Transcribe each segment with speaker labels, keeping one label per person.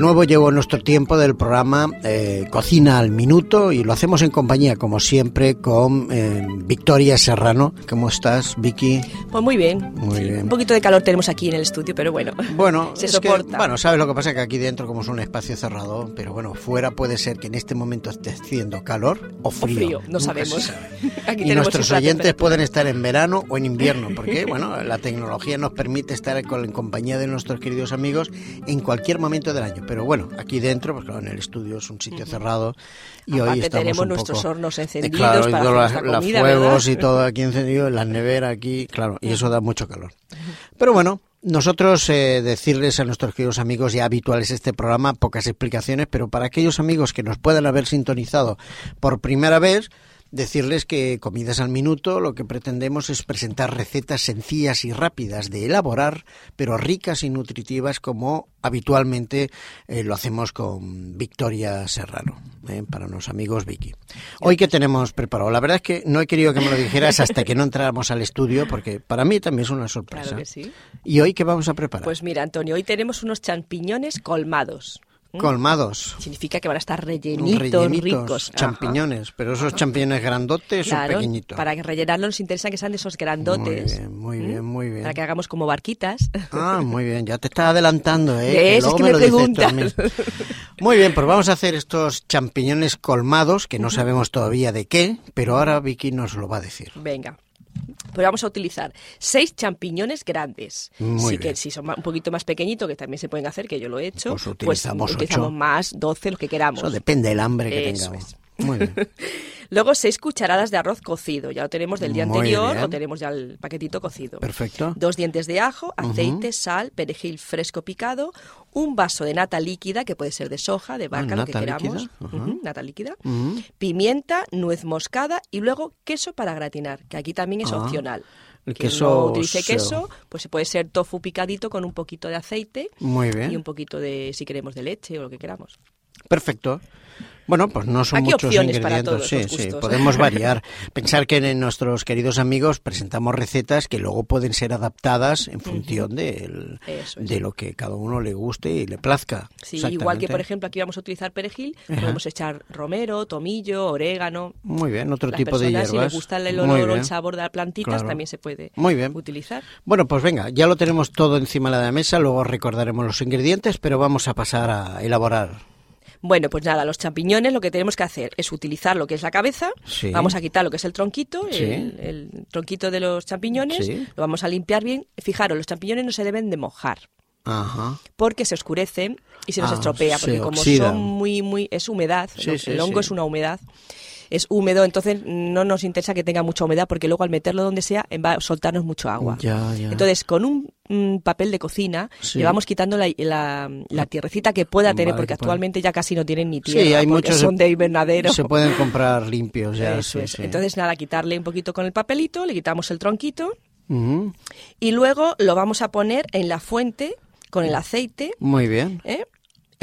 Speaker 1: nuevo llegó nuestro tiempo del programa eh, Cocina al Minuto y lo hacemos en compañía, como siempre, con eh, Victoria Serrano. ¿Cómo estás, Vicky?
Speaker 2: Pues muy bien.
Speaker 1: Muy
Speaker 2: Sí,
Speaker 1: bien.
Speaker 2: Un poquito de calor tenemos aquí en el estudio, pero bueno.
Speaker 1: Bueno,
Speaker 2: se
Speaker 1: es que-
Speaker 2: soporta.
Speaker 1: bueno, sabes lo que pasa que aquí dentro como es un espacio cerrado, pero bueno, fuera puede ser que en este momento esté haciendo calor o frío.
Speaker 2: frío,
Speaker 1: Nunca
Speaker 2: no
Speaker 1: se
Speaker 2: sabemos.
Speaker 1: sabe. y
Speaker 2: Aquí tenemos
Speaker 1: nuestros
Speaker 2: siempre la
Speaker 1: oyentes
Speaker 2: temperatura.
Speaker 1: pueden estar en verano o en invierno, porque bueno, la tecnología nos permite estar con, en compañía de nuestros queridos amigos en cualquier momento del año. Pero bueno, aquí dentro, pues claro, en el estudio es un sitio cerrado y hoy
Speaker 2: Aparte
Speaker 1: estamos
Speaker 2: tenemos
Speaker 1: un
Speaker 2: nuestros
Speaker 1: poco-
Speaker 2: hornos
Speaker 1: Eh,
Speaker 2: encendidos
Speaker 1: claro, y
Speaker 2: para
Speaker 1: todos
Speaker 2: hacer
Speaker 1: las-
Speaker 2: nuestra
Speaker 1: las
Speaker 2: comida,
Speaker 1: fuegos
Speaker 2: ¿verdad?
Speaker 1: y todo aquí encendido, las neveras aquí, claro, y eso da mucho calor. Pero bueno, nosotros eh, decirles a nuestros queridos amigos ya habituales de este programa pocas explicaciones, pero para aquellos amigos que nos puedan haber sintonizado por primera vez, decirles que Comidas al Minuto lo que pretendemos es presentar recetas sencillas y rápidas de elaborar, pero ricas y nutritivas como habitualmente eh, lo hacemos con Victoria Serrano, ¿eh? para los amigos Vicky. Hoy que tenemos preparado, la verdad es que no he querido que me lo dijeras hasta que no entráramos al estudio, porque para mí también es una sorpresa.
Speaker 2: Claro que sí.
Speaker 1: ¿Y hoy qué vamos a preparar?
Speaker 2: Pues mira, Antonio, hoy tenemos unos champiñones colmados. ¿Mm?
Speaker 1: Colmados.
Speaker 2: Significa que van a estar rellenitos,
Speaker 1: Rellenitos,
Speaker 2: ricos. Ajá.
Speaker 1: champiñones, pero esos champiñones grandotes
Speaker 2: Claro,
Speaker 1: o pequeñitos.
Speaker 2: para rellenarlos nos interesa que sean de esos grandotes.
Speaker 1: Muy bien, muy
Speaker 2: ¿Mm?
Speaker 1: bien, muy bien.
Speaker 2: Para que hagamos como barquitas.
Speaker 1: Ah, muy bien, ya te estás adelantando, ¿eh?
Speaker 2: ¿Ves?
Speaker 1: que
Speaker 2: Es
Speaker 1: luego
Speaker 2: que
Speaker 1: me
Speaker 2: me
Speaker 1: lo dices tú a
Speaker 2: preguntas.
Speaker 1: mí. Muy bien, pues vamos a hacer estos champiñones colmados, que no sabemos todavía de qué, pero ahora Vicky nos lo va a decir.
Speaker 2: Venga. Pues vamos a utilizar seis champiñones grandes.
Speaker 1: Muy
Speaker 2: sí
Speaker 1: bien.
Speaker 2: que si son ma- un poquito más pequeñitos, que también se pueden hacer, que yo lo he hecho,
Speaker 1: Pues utilizamos ocho.
Speaker 2: utilizamos más, 12, los que queramos.
Speaker 1: Eso depende del hambre que
Speaker 2: Eso
Speaker 1: tengamos. Muy bien.
Speaker 2: Luego seis cucharadas de arroz cocido, ya lo tenemos del día
Speaker 1: Muy
Speaker 2: anterior
Speaker 1: bien.
Speaker 2: o tenemos ya el paquetito cocido.
Speaker 1: Perfecto.
Speaker 2: Dos dientes de ajo, aceite, sal, perejil fresco picado, un vaso de nata líquida, que puede ser de soja, de vaca, lo que
Speaker 1: Ah, nata
Speaker 2: queramos.
Speaker 1: líquida,
Speaker 2: Ujú,
Speaker 1: ajá.
Speaker 2: nata líquida.
Speaker 1: Mm.
Speaker 2: Pimienta, nuez moscada y luego queso para gratinar, que aquí también es
Speaker 1: Ah,
Speaker 2: opcional.
Speaker 1: el
Speaker 2: Quien
Speaker 1: queso
Speaker 2: no utilice
Speaker 1: se-
Speaker 2: queso, pues puede ser tofu picadito con un poquito de aceite
Speaker 1: Muy
Speaker 2: y un
Speaker 1: bien.
Speaker 2: poquito de, si queremos, de leche o lo que queramos.
Speaker 1: Perfecto. Bueno, pues no son
Speaker 2: Aquí
Speaker 1: muchos
Speaker 2: opciones para
Speaker 1: ingredientes,
Speaker 2: todos
Speaker 1: sí,
Speaker 2: los
Speaker 1: sí,
Speaker 2: gustos.
Speaker 1: podemos variar. Pensar que en nuestros queridos amigos presentamos recetas que luego pueden ser adaptadas en función del-
Speaker 2: Eso es.
Speaker 1: de lo que cada uno le guste y le plazca.
Speaker 2: Sí, igual que,
Speaker 1: Exactamente.
Speaker 2: por ejemplo, aquí vamos a utilizar perejil,
Speaker 1: Ajá.
Speaker 2: podemos echar romero, tomillo, orégano.
Speaker 1: Muy bien, otro
Speaker 2: Las
Speaker 1: tipo de
Speaker 2: personas,
Speaker 1: hierbas.
Speaker 2: si les gusta el
Speaker 1: Muy
Speaker 2: olor o
Speaker 1: bien.
Speaker 2: el sabor de las plantitas,
Speaker 1: Claro.
Speaker 2: también se puede
Speaker 1: Muy bien.
Speaker 2: utilizar.
Speaker 1: Bueno, pues venga, ya lo tenemos todo encima de la mesa, luego recordaremos los ingredientes, pero vamos a pasar a elaborar.
Speaker 2: Bueno, pues nada, los champiñones lo que tenemos que hacer es utilizar lo que es la cabeza,
Speaker 1: Sí.
Speaker 2: vamos a quitar lo que es el tronquito,
Speaker 1: Sí.
Speaker 2: el, el tronquito de los champiñones,
Speaker 1: Sí.
Speaker 2: lo vamos a limpiar bien. Fijaros, los champiñones no se deben de mojar
Speaker 1: Ajá.
Speaker 2: porque se oscurecen y se nos
Speaker 1: Ah,
Speaker 2: estropea,
Speaker 1: se
Speaker 2: porque como
Speaker 1: oxidan.
Speaker 2: son muy, muy, es humedad,
Speaker 1: Sí,
Speaker 2: el,
Speaker 1: sí,
Speaker 2: el hongo
Speaker 1: sí.
Speaker 2: es una humedad, es húmedo, entonces no nos interesa que tenga mucha humedad porque luego al meterlo donde sea em, va a soltarnos mucho agua.
Speaker 1: Ya, ya.
Speaker 2: Entonces, con un mm, papel de cocina,
Speaker 1: Sí.
Speaker 2: le vamos quitando la, la- la tierrecita que pueda tener,
Speaker 1: Vale,
Speaker 2: porque
Speaker 1: que pueda.
Speaker 2: actualmente ya casi no tienen ni
Speaker 1: Sí,
Speaker 2: tierra,
Speaker 1: hay
Speaker 2: porque
Speaker 1: muchos-
Speaker 2: son de invernadero.
Speaker 1: Se pueden comprar limpios ya.
Speaker 2: Eso
Speaker 1: sí,
Speaker 2: es.
Speaker 1: sí.
Speaker 2: Entonces, nada, quitarle un poquito con el papelito, le quitamos el tronquito
Speaker 1: Ujú,
Speaker 2: y luego lo vamos a poner en la fuente con el aceite.
Speaker 1: Muy bien.
Speaker 2: ¿eh?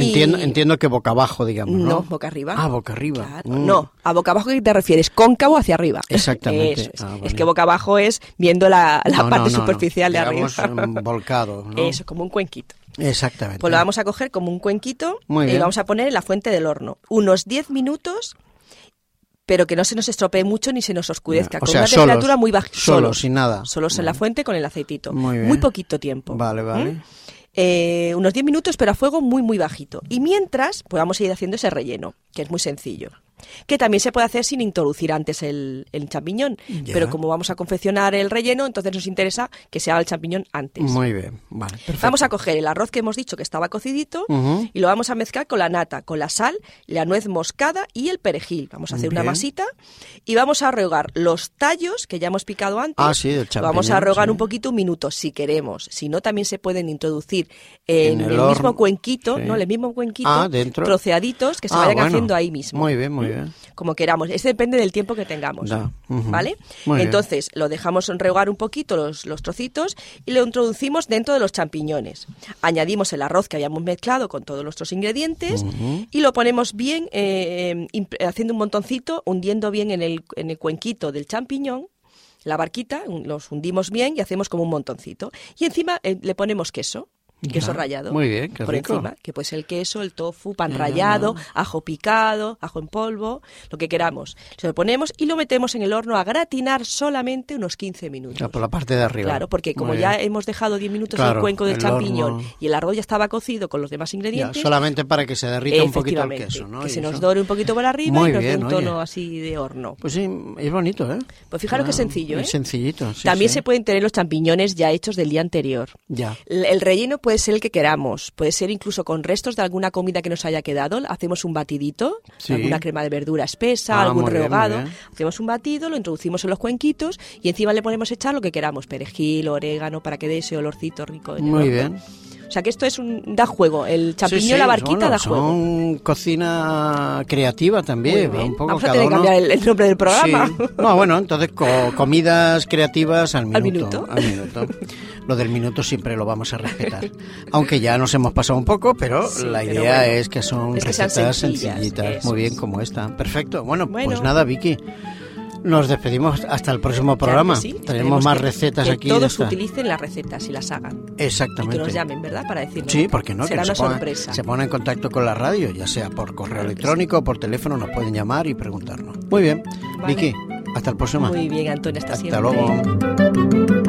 Speaker 1: Entiendo,
Speaker 2: Y-
Speaker 1: entiendo que boca abajo, digamos. No,
Speaker 2: No, boca arriba.
Speaker 1: Ah, boca arriba.
Speaker 2: Claro.
Speaker 1: Mm.
Speaker 2: No, a boca abajo ¿qué te refieres? Cóncavo hacia arriba.
Speaker 1: Exactamente.
Speaker 2: Eso es.
Speaker 1: Ah, vale.
Speaker 2: Es que boca abajo es viendo la, la
Speaker 1: No, no,
Speaker 2: parte
Speaker 1: no, no.
Speaker 2: superficial de
Speaker 1: Digamos,
Speaker 2: arriba.
Speaker 1: mm, volcado. ¿no?
Speaker 2: Eso, como un cuenquito.
Speaker 1: Exactamente.
Speaker 2: Pues lo vamos a coger como un cuenquito
Speaker 1: Muy
Speaker 2: y
Speaker 1: bien.
Speaker 2: lo vamos a poner en la fuente del horno. Unos 10 minutos, pero que no se nos estropee mucho ni se nos oscurezca.
Speaker 1: O
Speaker 2: con
Speaker 1: sea,
Speaker 2: una
Speaker 1: solos,
Speaker 2: temperatura muy baja.
Speaker 1: solos, sin nada.
Speaker 2: Solos en la fuente con el aceitito.
Speaker 1: Muy bien.
Speaker 2: poquito tiempo.
Speaker 1: Vale, vale.
Speaker 2: ¿Mm? Eh, unos 10 minutos, pero a fuego muy, muy bajito. Y mientras, pues vamos a ir haciendo ese relleno, que es muy sencillo. Que también se puede hacer sin introducir antes el, el champiñón.
Speaker 1: Ya.
Speaker 2: Pero como vamos a confeccionar el relleno, entonces nos interesa que se haga el champiñón antes.
Speaker 1: Muy bien. Vale, perfecto.
Speaker 2: Vamos a coger el arroz que hemos dicho que estaba cocidito
Speaker 1: Ujú.
Speaker 2: y lo vamos a mezclar con la nata, con la sal, la nuez moscada y el perejil. Vamos a hacer una
Speaker 1: Bien.
Speaker 2: masita y vamos a rehogar los tallos que ya hemos picado antes.
Speaker 1: Ah, sí, del
Speaker 2: Lo Vamos a
Speaker 1: champiñón,
Speaker 2: rehogar
Speaker 1: sí.
Speaker 2: un poquito, un minuto, si queremos. Si no, también se pueden introducir
Speaker 1: En
Speaker 2: en,
Speaker 1: el
Speaker 2: el,
Speaker 1: horno,
Speaker 2: mismo cuenquito,
Speaker 1: sí.
Speaker 2: ¿no? En el mismo cuenquito,
Speaker 1: Ah, dentro.
Speaker 2: troceaditos que se
Speaker 1: Ah,
Speaker 2: vayan
Speaker 1: bueno.
Speaker 2: haciendo ahí mismo
Speaker 1: Muy bien, muy bien.
Speaker 2: como queramos. Este depende del tiempo que tengamos.
Speaker 1: Ya, ujú.
Speaker 2: ¿Vale?
Speaker 1: Muy bien.
Speaker 2: Entonces, lo dejamos rehogar un poquito los, los trocitos y lo introducimos dentro de los champiñones. Añadimos el arroz que habíamos mezclado con todos nuestros ingredientes y lo ponemos bien, eh, imp- haciendo un montoncito, hundiendo bien en el, en el cuenquito del champiñón. La barquita, un- los hundimos bien y hacemos como un montoncito. Y encima eh, le ponemos queso. queso rallado.
Speaker 1: Muy bien, qué
Speaker 2: Por
Speaker 1: rico.
Speaker 2: encima, que pues el queso, el tofu, pan
Speaker 1: Ah.
Speaker 2: rallado, ajo picado, ajo en polvo, lo que queramos. Se lo ponemos y lo metemos en el horno a gratinar solamente unos 15 minutos.
Speaker 1: Ya, por la parte de arriba.
Speaker 2: Claro, porque
Speaker 1: Ah,
Speaker 2: como
Speaker 1: pues, Muy
Speaker 2: ya
Speaker 1: bien.
Speaker 2: hemos dejado 10 minutos
Speaker 1: Claro,
Speaker 2: el cuenco del
Speaker 1: el
Speaker 2: champiñón
Speaker 1: horno.
Speaker 2: y el arroz ya estaba cocido con los demás
Speaker 1: Ya,
Speaker 2: ingredientes.
Speaker 1: solamente para que se derrita un poquito el
Speaker 2: efectivamente,
Speaker 1: queso, ¿no?
Speaker 2: Que
Speaker 1: Y
Speaker 2: se nos
Speaker 1: eso.
Speaker 2: dore un poquito por arriba
Speaker 1: Muy
Speaker 2: y nos dé
Speaker 1: bien,
Speaker 2: un tono
Speaker 1: oye.
Speaker 2: así de horno.
Speaker 1: Pues sí, es bonito, ¿eh?
Speaker 2: Pues fijaros qué sencillo,
Speaker 1: es
Speaker 2: ¿eh?
Speaker 1: sencillito. sí,
Speaker 2: También
Speaker 1: sí.
Speaker 2: se pueden tener los champiñones ya hechos del día anterior.
Speaker 1: Ya.
Speaker 2: El el relleno puede ser el que queramos, puede ser incluso con restos de alguna comida que nos haya quedado. Hacemos un batidito,
Speaker 1: Sí.
Speaker 2: alguna crema de verdura espesa,
Speaker 1: Ah,
Speaker 2: algún
Speaker 1: muy bien, muy
Speaker 2: rehogado.
Speaker 1: bien.
Speaker 2: Hacemos un batido, lo introducimos en los cuenquitos y encima le ponemos echar lo que queramos, perejil, orégano, para que dé ese olorcito rico. en el
Speaker 1: Muy
Speaker 2: horno.
Speaker 1: bien.
Speaker 2: O sea que esto es un da juego, el champiñón,
Speaker 1: Sí, sí,
Speaker 2: la barquita
Speaker 1: bueno,
Speaker 2: da juego.
Speaker 1: Son cocina creativa
Speaker 2: Muy
Speaker 1: también,
Speaker 2: bien.
Speaker 1: un poco
Speaker 2: Vamos a
Speaker 1: cada
Speaker 2: tener que
Speaker 1: uno-
Speaker 2: cambiar el, el nombre del programa.
Speaker 1: Sí. No, bueno, entonces co- comidas creativas al
Speaker 2: Al
Speaker 1: minuto.
Speaker 2: minuto.
Speaker 1: al minuto. Lo del minuto siempre lo vamos a respetar. Aunque ya nos hemos pasado un poco, pero
Speaker 2: Sí,
Speaker 1: la
Speaker 2: pero
Speaker 1: idea
Speaker 2: bueno,
Speaker 1: es que son
Speaker 2: es que sean
Speaker 1: recetas
Speaker 2: sencillas,
Speaker 1: sencillitas,
Speaker 2: eso
Speaker 1: muy bien
Speaker 2: es.
Speaker 1: como esta. Perfecto. Bueno, pues
Speaker 2: Bueno.
Speaker 1: nada, Vicky. Nos despedimos hasta el próximo
Speaker 2: Claro que
Speaker 1: programa.
Speaker 2: sí,
Speaker 1: Tenemos
Speaker 2: tenemos
Speaker 1: más
Speaker 2: que-
Speaker 1: recetas
Speaker 2: que
Speaker 1: aquí. de
Speaker 2: Todos
Speaker 1: esta-
Speaker 2: utilicen las recetas y las hagan. Y que
Speaker 1: Exactamente.
Speaker 2: nos llamen, ¿verdad? Para decirnos.
Speaker 1: Sí, porque no,
Speaker 2: Será
Speaker 1: que
Speaker 2: una
Speaker 1: se ponga,
Speaker 2: sorpresa.
Speaker 1: se ponga en contacto con la radio, ya sea por correo
Speaker 2: Claro que
Speaker 1: electrónico o por teléfono, nos pueden llamar y preguntarnos. Muy bien,
Speaker 2: Vale.
Speaker 1: Vicky, hasta el próximo.
Speaker 2: Muy bien, Antonio, hasta,
Speaker 1: hasta
Speaker 2: siempre.
Speaker 1: luego.